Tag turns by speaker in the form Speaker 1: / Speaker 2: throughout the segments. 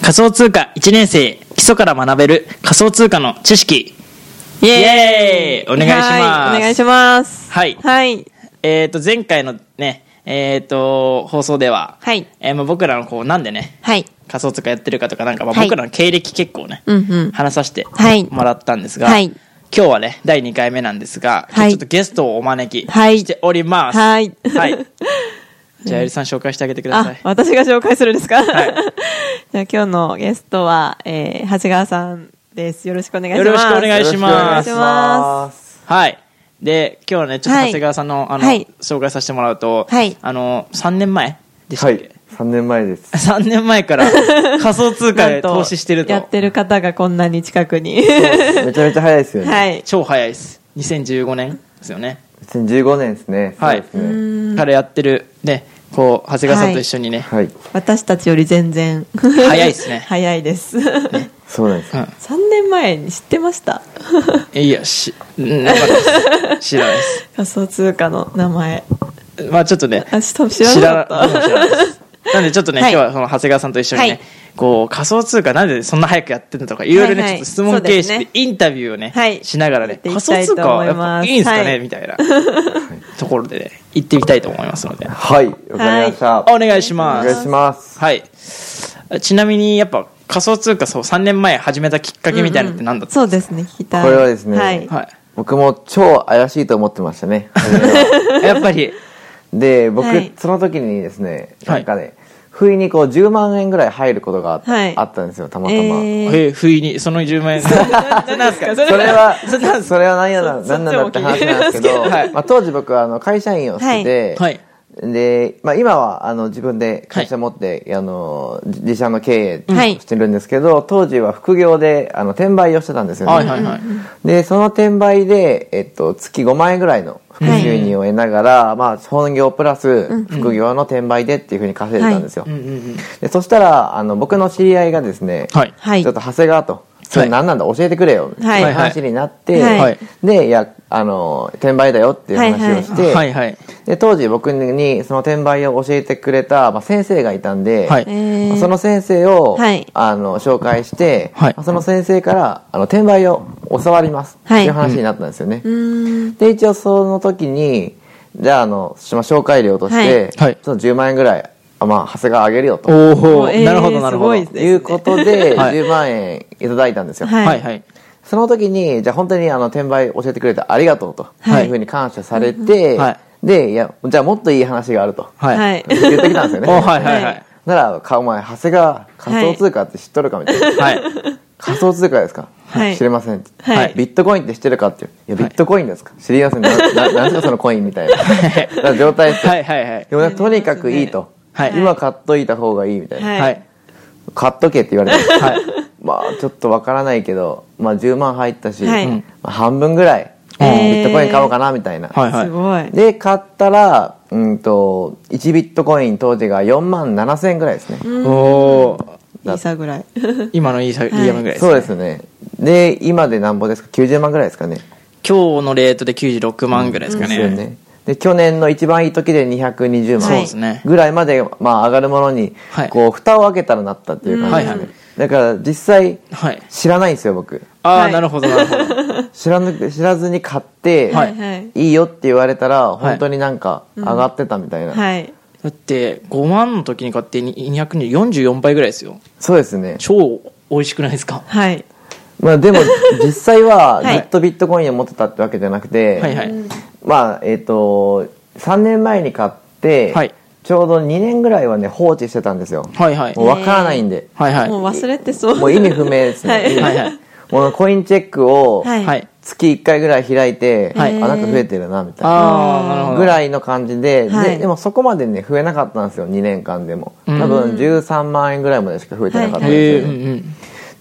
Speaker 1: 仮想通貨1年生基礎から学べる仮想通貨の知識
Speaker 2: イ
Speaker 1: イ
Speaker 2: エーイ
Speaker 1: エーイお願いします
Speaker 2: はいお願いします。
Speaker 1: はい
Speaker 2: はい。
Speaker 1: えっ、と前回のねえっ、と放送では、
Speaker 2: はい
Speaker 1: えーまあ僕らのこうなんでね
Speaker 2: はい。
Speaker 1: 仮想通貨やってるかとかなんか、まあ、
Speaker 2: はい
Speaker 1: 僕らの経歴結構ね、
Speaker 2: うんうん。
Speaker 1: 話させて
Speaker 2: はい
Speaker 1: もらったんですが、
Speaker 2: はい
Speaker 1: 今日はね第2回目なんですが、
Speaker 2: はい
Speaker 1: ちょっとゲストをお招き
Speaker 2: はい
Speaker 1: しております、
Speaker 2: はい。
Speaker 1: はいじゃあゆりさん紹介してあげてくださ
Speaker 2: あ
Speaker 1: い、
Speaker 2: 私が紹介するんですか、
Speaker 1: はい
Speaker 2: じゃあ今日のゲストは、えー、長谷川さんです。よろしくお願いします。
Speaker 1: よろしくお願いします
Speaker 2: よろしくお願いします。
Speaker 1: はい。で、今日はね、ちょっと長谷川さんの、あの、
Speaker 2: はい
Speaker 1: 紹介させてもらうと、
Speaker 2: はい
Speaker 1: あの、3年前でした
Speaker 3: は
Speaker 1: っ
Speaker 3: い
Speaker 1: け、、
Speaker 3: 3年前です。
Speaker 1: ?3 年前から仮想通貨で投資してる
Speaker 2: やっ
Speaker 1: と。
Speaker 2: てる方がこんなに近くに。
Speaker 3: めちゃめちゃ早いですよね。
Speaker 2: はい。
Speaker 1: 超早いです。2015年ですよね。
Speaker 3: 2015年ですね。
Speaker 1: はい
Speaker 3: そうですね。
Speaker 1: からやってる、ね、こう、長谷川さんと一緒にね、
Speaker 3: はい。
Speaker 2: 私たちより全然。
Speaker 1: 早いですね
Speaker 2: 早いです。
Speaker 3: そうなんです。
Speaker 1: うん
Speaker 2: 3年前に知ってました
Speaker 1: い、や、し、うんなかったです知らないです。
Speaker 2: 仮想通貨の名前。
Speaker 1: まあちょっとね、
Speaker 2: あ、し知らなかった。
Speaker 1: 知らな僕も知らないです。なんでちょっとね、
Speaker 2: はい
Speaker 1: 今日はその長谷川さんと一緒にね、
Speaker 2: はい
Speaker 1: こう仮想通貨なんでそんな早くやってんのとか、いろいろね、
Speaker 2: はい
Speaker 1: ちょっ
Speaker 2: はい
Speaker 1: と質問形
Speaker 2: そう
Speaker 1: 式
Speaker 2: で
Speaker 1: です
Speaker 2: ね
Speaker 1: インタビューをね、
Speaker 2: はい
Speaker 1: しながらね、仮
Speaker 2: やってい
Speaker 1: 想
Speaker 2: きた
Speaker 1: 通
Speaker 2: いと
Speaker 1: 貨は
Speaker 2: 思
Speaker 1: や
Speaker 2: い
Speaker 1: っぱ
Speaker 2: ます
Speaker 1: いいんすかね、
Speaker 2: はい
Speaker 1: みたいなところでね、行ってみたいと思いますので、
Speaker 3: はい、わかりました。
Speaker 1: お願いしま
Speaker 3: お
Speaker 1: す。
Speaker 3: 願いします。
Speaker 1: はい。ちなみにやっぱ仮想通貨そう3年前始めたきっかけみたいなのって何だった、
Speaker 2: そうですね、聞きたい。
Speaker 3: これはですね
Speaker 2: はい。
Speaker 1: はい。
Speaker 3: 僕も超怪しいと思ってましたね。初めは
Speaker 1: やっぱり、
Speaker 3: で、僕、
Speaker 2: はい
Speaker 3: その時にですね、
Speaker 1: はい
Speaker 3: なんかね、不意にこう10万円ぐらい入ることが
Speaker 2: はい
Speaker 3: あったんですよ、たまたま。
Speaker 2: えー、
Speaker 1: えー不意にその10万円。
Speaker 2: 何ですかそ
Speaker 3: それは、
Speaker 1: それは
Speaker 3: それは何やな、
Speaker 2: そ
Speaker 3: 何なんだって話なんですけ
Speaker 1: そ
Speaker 3: ど、
Speaker 1: っちも気になりますけど
Speaker 3: まあ、当時僕はあの会社員をしてて、
Speaker 1: はい
Speaker 3: で、まあ、今はあの自分で会社持って、あの自社の経営を
Speaker 2: はい
Speaker 3: してるんですけど、当時は副業であの転売をしてたんですよね、
Speaker 1: はいはいはい。
Speaker 3: でその転売で、えっと、月5万円ぐらいの副収入を得ながら、まあ、本業プラス副業の転売でっていうふうに稼いでたんですよ、
Speaker 1: うんうんうん。
Speaker 3: でそしたらあの僕の知り合いがですね、
Speaker 1: はい。
Speaker 2: はい
Speaker 3: ちょっと長谷川と。それ何なんだ教えてくれよ、
Speaker 2: はい
Speaker 3: って話になって、
Speaker 2: はい
Speaker 1: はい
Speaker 3: でいやあの転売だよっていう話をして、
Speaker 1: はいはい。
Speaker 3: で当時僕にその転売を教えてくれた、まあ、先生がいたんで、
Speaker 1: はい
Speaker 2: えー
Speaker 3: その先生を、
Speaker 2: はい
Speaker 3: あの紹介して、
Speaker 1: はい
Speaker 3: その先生からあの転売を教わりますって
Speaker 2: はい
Speaker 3: いう話になったんですよね、
Speaker 2: うーん。
Speaker 3: で一応その時にじゃああの、まあ紹介料として、
Speaker 1: はいはい
Speaker 3: その10万円ぐらい、あまあ、長谷川あげるよと
Speaker 1: おお、
Speaker 2: えー
Speaker 1: なるほどなるほど。
Speaker 2: すごい
Speaker 3: ということで、
Speaker 1: はい
Speaker 3: 10万円いただいたんですよ、
Speaker 2: はい
Speaker 1: はいはい。
Speaker 3: その時に、じゃあ本当にあの転売教えてくれてありがとうと、
Speaker 2: はい
Speaker 3: い、うふうに感謝されて、
Speaker 1: はい
Speaker 3: で、いや、じゃあもっといい話があると、
Speaker 1: はい。
Speaker 2: はい
Speaker 3: 言ってきたんですよ
Speaker 1: お
Speaker 3: ね。
Speaker 1: はいはいは
Speaker 2: はいい。
Speaker 3: なら、かお前、長谷川、仮想通貨って知っとるかみたいな。
Speaker 1: はい。
Speaker 3: 仮想通貨ですか、
Speaker 2: はい
Speaker 3: 知りませんって、
Speaker 2: はい
Speaker 3: ビットコインって知ってるかっていう。いや、ビットコインですか、知りません。なななんすかそのコインみたい な。な状態ですよ。
Speaker 1: はいはいはい。
Speaker 3: でもなんかとにかくいいと、
Speaker 1: はい
Speaker 3: 今買っといた方がいいみたいな。
Speaker 2: はい
Speaker 1: はい。
Speaker 3: 買っとけって言われたんですよ
Speaker 1: はい。
Speaker 3: まあちょっとわからないけど、まあ、10万入ったし、
Speaker 2: はい
Speaker 3: まあ半分ぐらいビ
Speaker 2: うん
Speaker 3: ットコイン買おうかなみたいな、
Speaker 1: はいはい
Speaker 2: すごい。
Speaker 3: で買ったらうんと1ビットコイン当時が4万7000円ぐらいですね、
Speaker 1: おー
Speaker 2: いいさぐらい。
Speaker 1: 今のいいさ、いい
Speaker 2: はい
Speaker 1: 山ぐらいです。
Speaker 3: そうですねで今でなんぼですか90万ぐらいですかね
Speaker 1: 今日のレートで96万ぐらいですか
Speaker 3: ですよ
Speaker 1: ね。
Speaker 3: ねで去年の一番いい時で220
Speaker 1: そうです
Speaker 3: 万
Speaker 1: ね
Speaker 3: ぐらいまで、まあ、上がるものに、
Speaker 1: はい
Speaker 3: こう蓋を開けたらなったっていう感じですね、
Speaker 1: うんはい
Speaker 3: だから実際
Speaker 1: はい。
Speaker 3: 知らないんですよ僕
Speaker 1: あ
Speaker 2: は
Speaker 1: あ、
Speaker 2: い
Speaker 1: なるほどなるほど。
Speaker 3: 知らぬ知らずに買って、
Speaker 1: はい
Speaker 2: はいはい。
Speaker 3: いいよって言われたら本当になんか上がってたみたいな、
Speaker 2: はい。
Speaker 1: だって、5万の時に買って200に44倍ぐらいですよ。
Speaker 3: そうですね、
Speaker 1: 超美味しくないですか
Speaker 2: はい。
Speaker 3: まあ、でも実際は
Speaker 2: はい
Speaker 3: ずっとビットコインを持ってたってわけじゃなくて、
Speaker 1: はいはい。
Speaker 3: まあえっ、と3年前に買って、
Speaker 1: はい
Speaker 3: ちょうど2年ぐらいはね放置してたんですよ
Speaker 1: はいはい。
Speaker 3: もう分からないんで、
Speaker 1: はいはい。
Speaker 2: もう
Speaker 1: は
Speaker 2: 忘れてそう。
Speaker 3: もう意味不明ですね、
Speaker 2: はい
Speaker 1: はいはい。
Speaker 3: もうコインチェックを
Speaker 2: はいい
Speaker 1: はい。
Speaker 3: 月1回ぐらい開いて、
Speaker 1: はい
Speaker 3: あなんか増えてるなみたいな
Speaker 1: ああ、なるほど。
Speaker 3: ぐらいの感じで,、
Speaker 2: はい
Speaker 3: ででもそこまでね増えなかったんですよ2年間でも多
Speaker 1: うん
Speaker 3: 分13万円ぐらいまでしか増えてなかったん
Speaker 1: へ
Speaker 3: で
Speaker 1: え、
Speaker 3: す
Speaker 1: う
Speaker 3: よ、
Speaker 1: ん
Speaker 3: ね
Speaker 1: うん。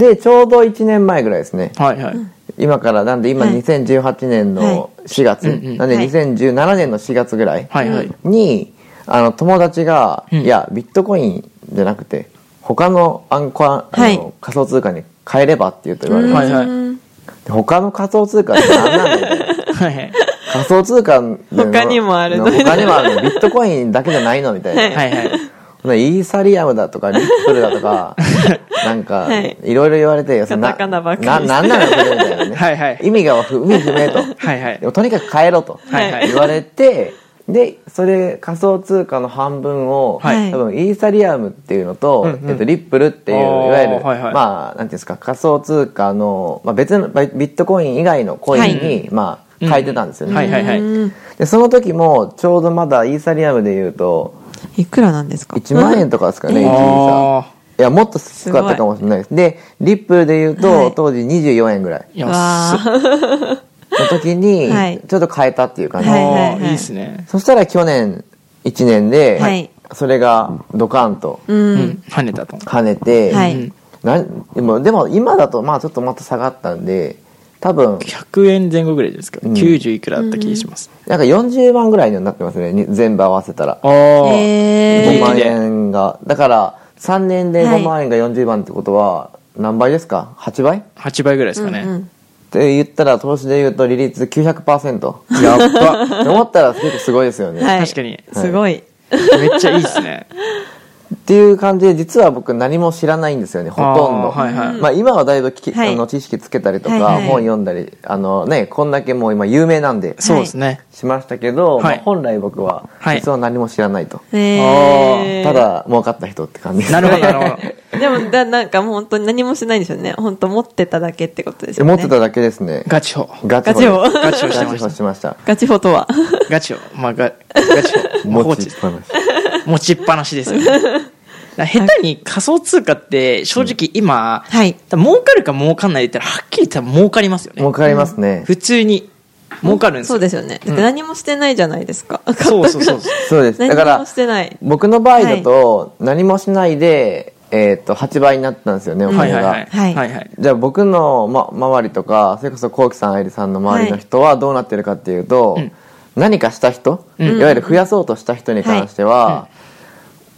Speaker 3: でちょうど1年前ぐらいですね
Speaker 1: はいはい。
Speaker 3: 今からなんで今
Speaker 2: はい
Speaker 3: 2018年の4
Speaker 1: う
Speaker 3: 月、
Speaker 1: ん
Speaker 3: なんで
Speaker 2: はい
Speaker 3: 2017年の4月ぐらい
Speaker 1: はいはい。
Speaker 3: にあの友達が、
Speaker 1: うん
Speaker 3: いやビットコインじゃなくて他のアンコアあの、
Speaker 2: はい
Speaker 3: 仮想通貨に変えればって言うと言われて、
Speaker 1: はいはい。
Speaker 3: 他の仮想通貨って何なんだよ
Speaker 1: はいはい。
Speaker 3: 仮想通貨の
Speaker 2: 他にもある
Speaker 3: の他にもあるの ビットコインだけじゃないのみたいな、
Speaker 2: はい
Speaker 1: はいはい。
Speaker 3: イーサリアムだとかリップルだとかなんか、
Speaker 2: はい
Speaker 3: い、ろいろ言われて、そんな
Speaker 2: カタカナばっかり
Speaker 3: ななんなのこれみたいな ね。
Speaker 1: はいはい
Speaker 3: 意味が不意味不明と。
Speaker 1: はいはい
Speaker 3: でもとにかく変えろと
Speaker 1: はいはい
Speaker 3: 言われて、で、それ仮想通貨の半分を、
Speaker 2: はい
Speaker 3: 多分イーサリアムっていうのと、
Speaker 1: うんうん
Speaker 3: えっと、リップルっていう、い
Speaker 1: あー
Speaker 3: わゆる、
Speaker 1: はいはい
Speaker 3: まあ、なんていうんですか、仮想通貨の、まあ、別の、ビットコイン以外のコインに、
Speaker 1: はい
Speaker 3: まあ、変えてたんですよね。
Speaker 1: はいはいはい
Speaker 2: うん
Speaker 3: で、その時も、ちょうどまだイーサリアムで言うと、
Speaker 2: いくらなんですか
Speaker 3: 1万円とかですかね、
Speaker 2: うん
Speaker 3: 一時
Speaker 1: あ
Speaker 3: さ。いや、もっと少かったかもしれないです。で、リップルで言うと、
Speaker 2: はい
Speaker 3: 当時24円ぐらい
Speaker 1: いや
Speaker 2: わ
Speaker 1: す
Speaker 2: ー
Speaker 3: の時に、
Speaker 2: はい
Speaker 3: ちょっと変えたっていう感じ、
Speaker 2: はいはい
Speaker 1: あーいいですね
Speaker 3: そしたら去年1年で、
Speaker 2: はい
Speaker 3: それがドカンと
Speaker 2: う
Speaker 1: うん
Speaker 2: ん
Speaker 1: 跳ねたと
Speaker 3: 跳ねて、
Speaker 2: は
Speaker 1: う
Speaker 2: い
Speaker 1: ん
Speaker 3: なんでもでも今だとまあちょっとまた下がったんで多分
Speaker 1: 100円前後ぐらいですか
Speaker 3: うん
Speaker 1: 90いくらだった気がします
Speaker 3: なんか40万ぐらいにはなってますねに全部合わせたら
Speaker 1: ああ
Speaker 2: へ
Speaker 3: 5
Speaker 2: ー
Speaker 1: 利益
Speaker 3: 万
Speaker 1: で
Speaker 3: 円がだから3年で
Speaker 2: はい
Speaker 3: 5万円が40万ってことは何倍ですか8倍っ
Speaker 1: 8倍ぐらいですかね、
Speaker 2: うんうん
Speaker 3: て言ったら投資で言うと利率900%っ
Speaker 1: やっば
Speaker 3: て思ったら結構すごいですよね、
Speaker 2: はい
Speaker 1: 確かに
Speaker 2: すごい
Speaker 1: めっちゃいいですね
Speaker 3: っていう感じで実は僕何も知らないんですよねほとんど
Speaker 1: あーはいはい
Speaker 3: まあ、今はだいぶき、
Speaker 2: はい
Speaker 3: あの知識つけたりとか、
Speaker 2: はいはい
Speaker 3: 本読んだりあの、ね、こんだけもう今有名なんで
Speaker 1: そうですね、
Speaker 3: しましたけど、
Speaker 1: はい
Speaker 3: まあ本来僕は
Speaker 1: はい
Speaker 3: 実は何も知らないと、
Speaker 2: へー
Speaker 3: ただ儲かった人って感じです
Speaker 1: なるほどな るほど
Speaker 2: でもだなんかもう本当に何もしないんですよね本当持ってただけってことですよね
Speaker 3: 持ってただけですね
Speaker 1: ガチホ
Speaker 3: ガチホです
Speaker 1: ガチホしてました
Speaker 3: ガチ
Speaker 2: ガチフォ
Speaker 3: ホしました
Speaker 2: トは
Speaker 1: ガチホまあガガチホ
Speaker 3: 持
Speaker 1: 放
Speaker 3: ち
Speaker 1: 置
Speaker 3: っぱなし
Speaker 1: 持ちっぱなしですよねだ から下手に仮想通貨って正直今、
Speaker 2: はい
Speaker 1: 多分儲かるか儲かんないで言ったらはっきり言ったら儲かりますよね
Speaker 3: 儲かりますね、
Speaker 1: 普通に儲かるんです
Speaker 2: そ
Speaker 1: よ
Speaker 2: うですよねだって何もしてないじゃないですか
Speaker 1: そうそうそうそう
Speaker 3: そうですだか
Speaker 2: 何も
Speaker 3: ら
Speaker 2: してない
Speaker 3: 僕の場合だと何もしないで、えー、と8倍になったんですよねお
Speaker 1: はい
Speaker 3: 金が、
Speaker 1: はいはい
Speaker 2: はい
Speaker 1: はいはい
Speaker 3: じゃあ僕の、ま、周りとかそれこそこうきさんあゆりさんの周りの人はどうなってるかっていうと、
Speaker 1: うん
Speaker 3: 何かした人、
Speaker 1: うん
Speaker 3: いわゆる増やそうとした人に関しては、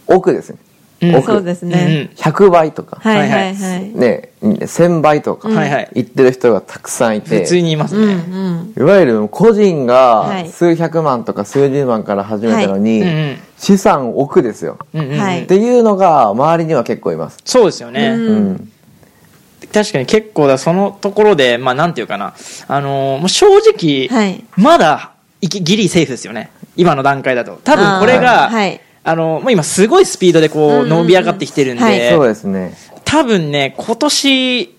Speaker 3: 億ですね、
Speaker 1: うん
Speaker 3: 億
Speaker 2: そうですね
Speaker 3: 100倍とか、
Speaker 2: はいはい
Speaker 1: は
Speaker 2: はいいはい
Speaker 3: ね、1000倍とか
Speaker 1: はいはい
Speaker 3: 言ってる人がたくさんいて、
Speaker 1: 普通にいます
Speaker 2: うん
Speaker 1: ね、
Speaker 2: うん
Speaker 3: いわゆる個人
Speaker 2: は
Speaker 3: が
Speaker 2: い
Speaker 3: 数百万とか数十万から始めたのに、
Speaker 1: はいうんうん
Speaker 3: 資産億ですよ、
Speaker 1: うんうんうん
Speaker 2: はい
Speaker 3: っていうのが周りには結構います、
Speaker 1: そうですよね、
Speaker 2: うん
Speaker 3: うん
Speaker 1: 確かに結構だそのところでまあなんていうかなあのーもう正直、
Speaker 2: はい
Speaker 1: まだいきギリセーフですよね今の段階だと多分これが
Speaker 2: あーはい
Speaker 1: あのーもう今すごいスピードで
Speaker 2: うん
Speaker 1: こ
Speaker 2: う
Speaker 1: うん
Speaker 2: うん
Speaker 1: 伸び上がってきてるんで、
Speaker 2: はい
Speaker 3: そうですね
Speaker 1: 多分ね今年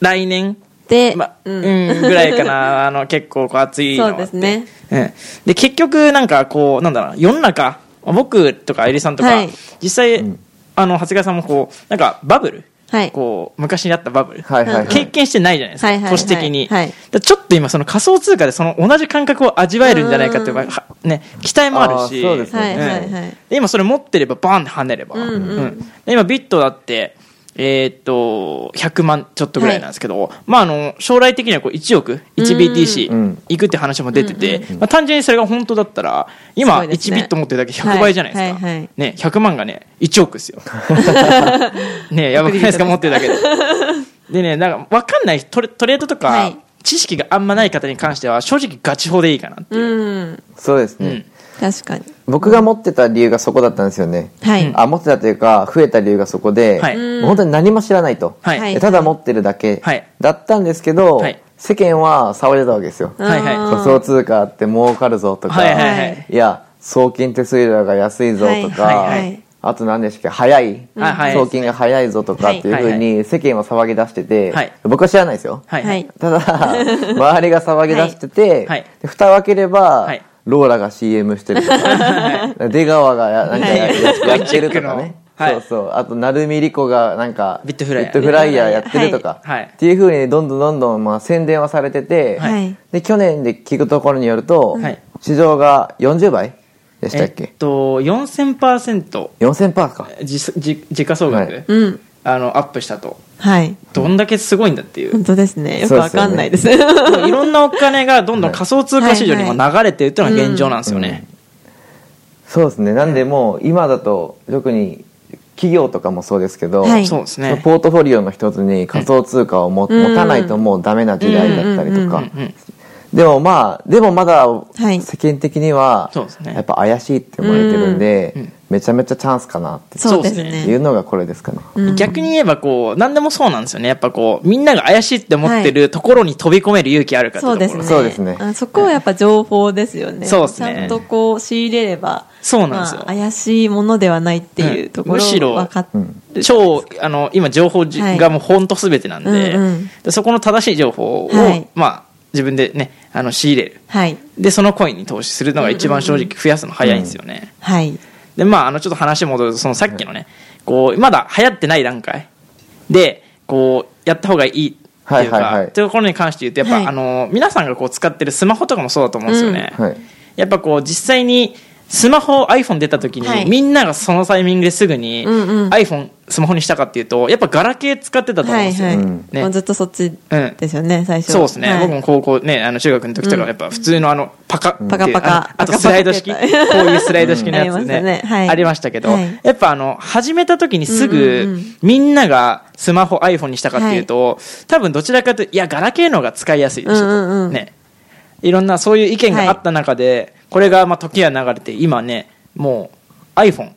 Speaker 1: 来年
Speaker 2: で、
Speaker 1: ま
Speaker 2: うん
Speaker 1: うん、ぐらいかな あの結構こう熱いのは
Speaker 2: そうですね
Speaker 1: うん、で結局なんかこうなんだろうな世の中僕とかえりさんとか、
Speaker 2: はい
Speaker 1: 実際、
Speaker 3: うん
Speaker 1: あの長谷川さんもこうなんかバブル、
Speaker 2: はい
Speaker 1: こう昔にあったバブル、
Speaker 3: はいはいはい、
Speaker 1: 経験してないじゃないですか、
Speaker 2: はいはいはい
Speaker 1: 都市的に、
Speaker 2: はい
Speaker 1: だからちょっと今その仮想通貨でその同じ感覚を味わえるんじゃないかっていう、
Speaker 2: うんうん
Speaker 1: はね、期待もあるし
Speaker 3: あーそうですね
Speaker 2: はいはい
Speaker 1: うん
Speaker 2: はい
Speaker 1: で今それ持ってればバーンって跳ねれば、
Speaker 2: うんうん
Speaker 1: で今ビットだってえーっと100万ちょっとぐらいなんですけど、まああの将来的にはこう1億
Speaker 3: うんう
Speaker 1: 1BTC
Speaker 3: ん
Speaker 1: いくって話も出てて、まあ、単純にそれが本当だったら今
Speaker 2: すごいです
Speaker 1: 1
Speaker 2: ね
Speaker 1: ビット持ってるだけ100倍じゃないですか、
Speaker 2: はいはいはい
Speaker 1: ね、100万がね1億 ですよねやばくないですか持ってるだけででね、なんか分かんないトレトレードとか、
Speaker 2: はい
Speaker 1: 知識があんまない方に関しては正直ガチ法でいいかなっていう。
Speaker 2: うん
Speaker 3: そうですね、
Speaker 1: うん
Speaker 2: 確かに
Speaker 3: 僕が持ってた理由がそこだったんですよね、
Speaker 2: はい
Speaker 3: あ持ってたというか増えた理由がそこで、
Speaker 1: はい
Speaker 3: もう本当に何も知らないと、
Speaker 1: はい
Speaker 2: はい
Speaker 3: でただ持ってるだけ
Speaker 1: はい
Speaker 3: だったんですけど、
Speaker 1: はい
Speaker 3: 世間は触れたわけですよ、
Speaker 1: はいはい
Speaker 2: あー
Speaker 3: 仮想通貨って儲かるぞとか、
Speaker 1: はいはい
Speaker 2: は
Speaker 1: はいい。
Speaker 3: や送金手数料が安いぞとか、
Speaker 1: はいはいはい
Speaker 3: あと何でしたっけ早い、
Speaker 1: はいはい
Speaker 3: 送金が早いぞとかっていうふうに世間は騒ぎ出してて、
Speaker 1: はい
Speaker 3: 僕は知らないですよ、
Speaker 1: はい。
Speaker 2: はい
Speaker 3: ただ周りが騒ぎ出してて、
Speaker 1: はい
Speaker 3: で蓋を開ければ、
Speaker 1: はい
Speaker 3: ローラが CM してるとか出川がやなんか
Speaker 2: はい
Speaker 3: やってるとかね、
Speaker 1: はい
Speaker 3: そうそうあと成海莉子がなんか
Speaker 1: ビットフライヤー
Speaker 3: ヤーやってるとか、
Speaker 1: はい
Speaker 3: っていうふうにどんどんどんどんまあ宣伝はされてて、
Speaker 2: はい
Speaker 3: で去年で聞くところによると、
Speaker 1: はい
Speaker 3: 市場が40倍でしたっ
Speaker 1: え
Speaker 3: け
Speaker 1: っ、と、4000%、
Speaker 3: 4000%か
Speaker 1: じ、じ、時価総額、
Speaker 3: はい
Speaker 2: うん
Speaker 1: あの、アップしたと。
Speaker 2: はい
Speaker 1: どんだけすごいんだっていう。
Speaker 2: 本当ですねよくわかんな いですね
Speaker 1: いろんなお金がどんどん仮想通貨市場にも流れてるっていうのが現状なんですよね。
Speaker 3: そうですねなんでもう今だと特に企業とかもそうですけど、
Speaker 2: はい
Speaker 1: そうですね。
Speaker 3: ポートフォリオの一つに仮想通貨をも、
Speaker 2: うん
Speaker 3: 持たないともうダメな時代だったりとか
Speaker 1: うんうんうんうん
Speaker 3: でもまあ、でもまだ
Speaker 2: い
Speaker 3: 世間的には、
Speaker 1: そうですね
Speaker 3: やっぱ怪しいって思われてるんで、
Speaker 1: うん
Speaker 3: めちゃめちゃチャンスかなって
Speaker 2: そうです
Speaker 1: そうで
Speaker 3: い
Speaker 2: ね。
Speaker 3: うのがこれですかね。
Speaker 1: 逆に言えばこう、何でもそうなんですよね。やっぱこう、みんなが怪しいって思ってるところに飛び込める勇気あるかって
Speaker 2: そう
Speaker 1: と
Speaker 2: で
Speaker 1: こ
Speaker 2: す
Speaker 1: ろ
Speaker 2: ね。
Speaker 3: そうですね
Speaker 2: あそこはやっぱ情報ですよね。
Speaker 1: そうですね
Speaker 2: ちゃんとこう仕入れれば、
Speaker 1: そうなんですよ
Speaker 2: まあ怪しいものではないっていうとこ
Speaker 1: うんむし
Speaker 2: ろ
Speaker 1: ろ
Speaker 2: を分かる。
Speaker 1: 超、あの、今情報じ
Speaker 2: はい
Speaker 1: がもうほんとすべてなんで、
Speaker 2: うんうん
Speaker 1: でそこの正しい情報を、
Speaker 2: はい
Speaker 1: まあ、自分でね、あの、仕入れる。
Speaker 2: はい。
Speaker 1: で、そのコインに投資するのが一番正直増やすの早いんですよね。
Speaker 2: はい。
Speaker 1: で、まあ、あの、ちょっと話戻ると、そのさっきのね、こう、まだ流行ってない段階で、こう、やった方がいいっていう
Speaker 3: はいはい
Speaker 1: か
Speaker 3: は、い
Speaker 1: というところに関して言うと、やっぱ、
Speaker 2: はい
Speaker 1: あの、皆さんがこう使ってるスマホとかもそうだと思うんですよね。
Speaker 3: はい。
Speaker 1: やっぱこう、実際に、スマホ、iPhone 出た時に、
Speaker 2: はい
Speaker 1: みんながそのタイミングですぐに、
Speaker 2: うんうん
Speaker 1: iPhone、スマホにしたかっていうと、やっぱガラケー使ってたと思うん
Speaker 2: は
Speaker 1: で
Speaker 2: い
Speaker 1: すよ。
Speaker 2: はい。
Speaker 3: うん
Speaker 1: ね
Speaker 2: もうずっとそっちですよね、最初。
Speaker 1: そうですね、
Speaker 2: はい
Speaker 1: 僕も高校ね、あの中学の時とかはやっぱ普通のあの、パカっていう
Speaker 2: パカパカ
Speaker 1: あのあと
Speaker 2: パカパカ
Speaker 1: スライド式、こう
Speaker 2: 携帯
Speaker 1: いうスライド式のやつね、
Speaker 2: うんありましたねはい
Speaker 1: ありましたけど、
Speaker 2: はい
Speaker 1: やっぱあの、始めた時にす
Speaker 2: うんうんう
Speaker 1: ぐ、みんながスマホ、iPhone にしたかっていうと、多分どちらかというと、いや、ガラケーの方が使いやすいでしたと、
Speaker 2: うんうんうん
Speaker 1: ね。いろんなそういう意見があった中で、これがまあ時が流れて、今ね、もう iPhone、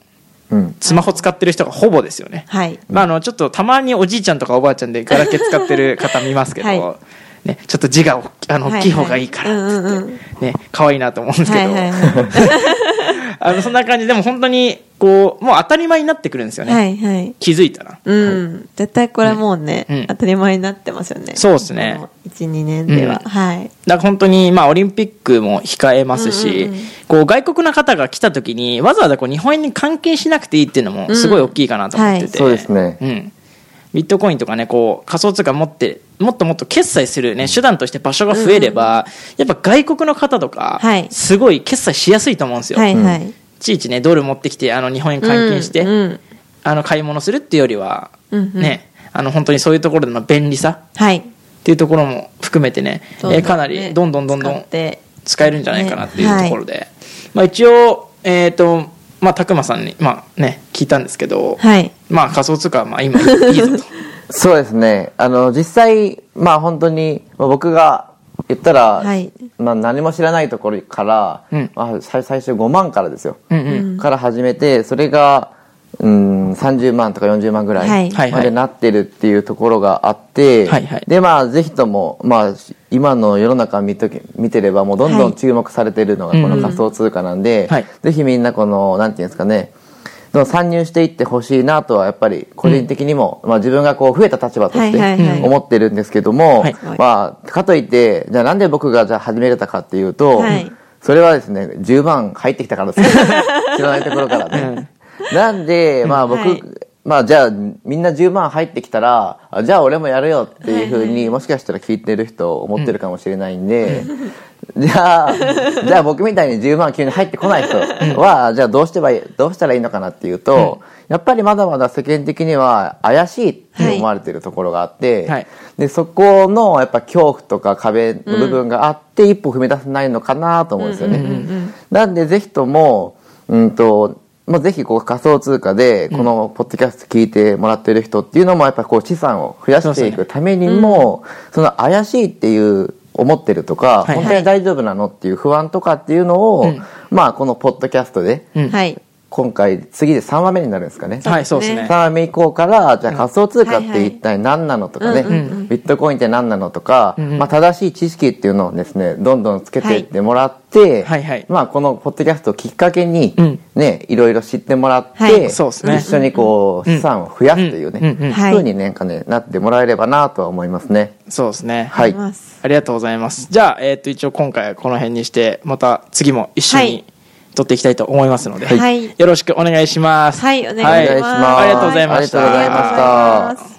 Speaker 3: うん。
Speaker 1: スマホ使ってる人がほぼですよね。
Speaker 2: はい。
Speaker 1: まあ、あのちょっとたまにおじいちゃんとかおばあちゃんでガラケー使ってる方見ますけど、
Speaker 2: は
Speaker 1: ね、ちょっと字がおっきあの大きい方がいいか
Speaker 2: はいは
Speaker 1: ら
Speaker 2: い
Speaker 1: っつ
Speaker 2: うんうんう
Speaker 1: って、ね、可愛いなと思うんですけ
Speaker 2: はい
Speaker 1: ど、
Speaker 2: はいはい。
Speaker 1: あのそんな感じでも本当にこうもう当たり前になってくるんですよね、
Speaker 2: はいはい。
Speaker 1: 気づいたら。
Speaker 2: うん。絶対これもうね
Speaker 1: うん、
Speaker 2: 当たり前になってますよね。
Speaker 1: そうですね
Speaker 2: この1、2年では。
Speaker 1: うん
Speaker 2: はい。
Speaker 1: だから本当に、まあ、オリンピックも控えますし、
Speaker 2: うんうんうん
Speaker 1: こう外国の方が来た時にわざわざこう日本円に関係しなくていいっていうのもすごい大きいかなと思ってて、
Speaker 3: うんはいそうですね
Speaker 1: うん、ビットコインとかねこう仮想通貨持ってもっともっと決済する、ね、手段として場所が増えれば、やっぱ外国の方とか、
Speaker 2: はい
Speaker 1: すごい決済しやすいと思うんですよ、、
Speaker 2: はいいはい。
Speaker 1: ちいちねドル持ってきてあの日本円換金して、
Speaker 2: うんうん
Speaker 1: あの買い物するっていうよりは、
Speaker 2: うんうん
Speaker 1: ねあの本当にそういうところでの便利さ
Speaker 2: はい。
Speaker 1: っていうところも含めてね
Speaker 2: どんどんね
Speaker 1: えーかなりどんどんどんど
Speaker 2: 使
Speaker 1: ん
Speaker 2: って
Speaker 1: 使えるんじゃないかなっていうところで、まあ、一応、えっとまあ、たくまさんに、まあね、聞いたんですけど、
Speaker 2: はい。
Speaker 1: まあ、仮想通貨はまあ今いいぞ と。
Speaker 3: そうですね。あの、実際、まあ本当に、まあ僕が言ったら、
Speaker 2: はい
Speaker 3: まあ何も知らないところから、
Speaker 1: うん
Speaker 3: まあ、最最初5万からですよ。
Speaker 1: うんうん
Speaker 3: から始めて、それが、うん、30万とか40万ぐら
Speaker 2: はい
Speaker 3: い
Speaker 1: はい
Speaker 3: ま
Speaker 1: はい
Speaker 3: でなってるっていうところがあって、
Speaker 1: はいはい
Speaker 3: で、まあ、ぜひとも、まあ、今の世の中見とけ見てれば、もうどんど
Speaker 2: は
Speaker 3: ん
Speaker 2: い
Speaker 3: 注目されてるのがこの仮想通貨なんで、
Speaker 1: うんはい
Speaker 3: ぜひみんなこの、なんていうんですかね、どんどん参入していってほしいなとは、やっぱり個人的にも、まあ自分がこう増えた立場とし
Speaker 2: はいはいは
Speaker 3: て
Speaker 2: い
Speaker 3: 思ってるんですけども、
Speaker 1: はい
Speaker 3: まあ、かといって、じゃあなんで僕がじゃあ始めれたかっていうと、
Speaker 2: はい
Speaker 3: それはですね、10万入ってきたからです よ知らないところからね。なんで、まあ僕、
Speaker 2: はい
Speaker 3: まあじゃあみんな10万入ってきたら、あじゃあ俺もやるよっていうふうに、もしかしたら聞いてる人思ってるかもしれないんで、 じゃあ、じゃあ僕みたいに10万急に入ってこない人は、じゃあどうしてばいい、どうしたらいいのかなっていうと、やっぱりまだまだ世間的には怪しいって思われてるところがあって、
Speaker 1: はい
Speaker 3: でそこのやっぱ恐怖とか壁の部分があって一歩踏み出せないのかなと思うんですよね。なんでぜひとも、うんとまあ、ぜひこう仮想通貨でこのポッドキャスト聞いてもらってる人っていうのもやっぱこう資産を増やしていくためにもその怪しいっていう思ってるとか、
Speaker 1: はい
Speaker 3: 本当に大丈夫なのっていう不安とかっていうのを、
Speaker 1: うん
Speaker 3: まあこのポッドキャストで
Speaker 1: うん
Speaker 2: はい。
Speaker 3: 今回次で3話目になるんですかね。
Speaker 1: はい、そうですね。
Speaker 3: さあ、目以降から、じゃあ仮想通貨って一体何なのとかね、
Speaker 2: はいはいうん
Speaker 3: ビットコインって何なのとか、
Speaker 1: うんうん
Speaker 3: まあ正しい知識っていうのをですね、どんどんつけていってもらって、
Speaker 1: はいはい
Speaker 3: まあこのポッドキャストをきっかけに
Speaker 1: うん、
Speaker 3: ね、いろいろ知ってもらって、
Speaker 2: はい
Speaker 1: そうですね
Speaker 3: 一緒にこう、
Speaker 1: うん
Speaker 3: 資産を増やすというね、
Speaker 1: うんうんうん
Speaker 2: はい
Speaker 3: ふうになんかね、なってもらえればなとは思いますね。
Speaker 1: そうですね。
Speaker 3: は
Speaker 2: あり
Speaker 3: い。
Speaker 2: ます
Speaker 1: ありがとうございます。じゃあ、えっ、と、一応今回はこの辺にして、また次も一緒
Speaker 2: は
Speaker 1: に
Speaker 2: い
Speaker 1: 撮っていきたいと思いますので、
Speaker 2: はい
Speaker 1: よろしくお願いします。
Speaker 2: はいお願いします
Speaker 1: ありがとうございました。
Speaker 3: ありがとうございました
Speaker 2: ありがとうございます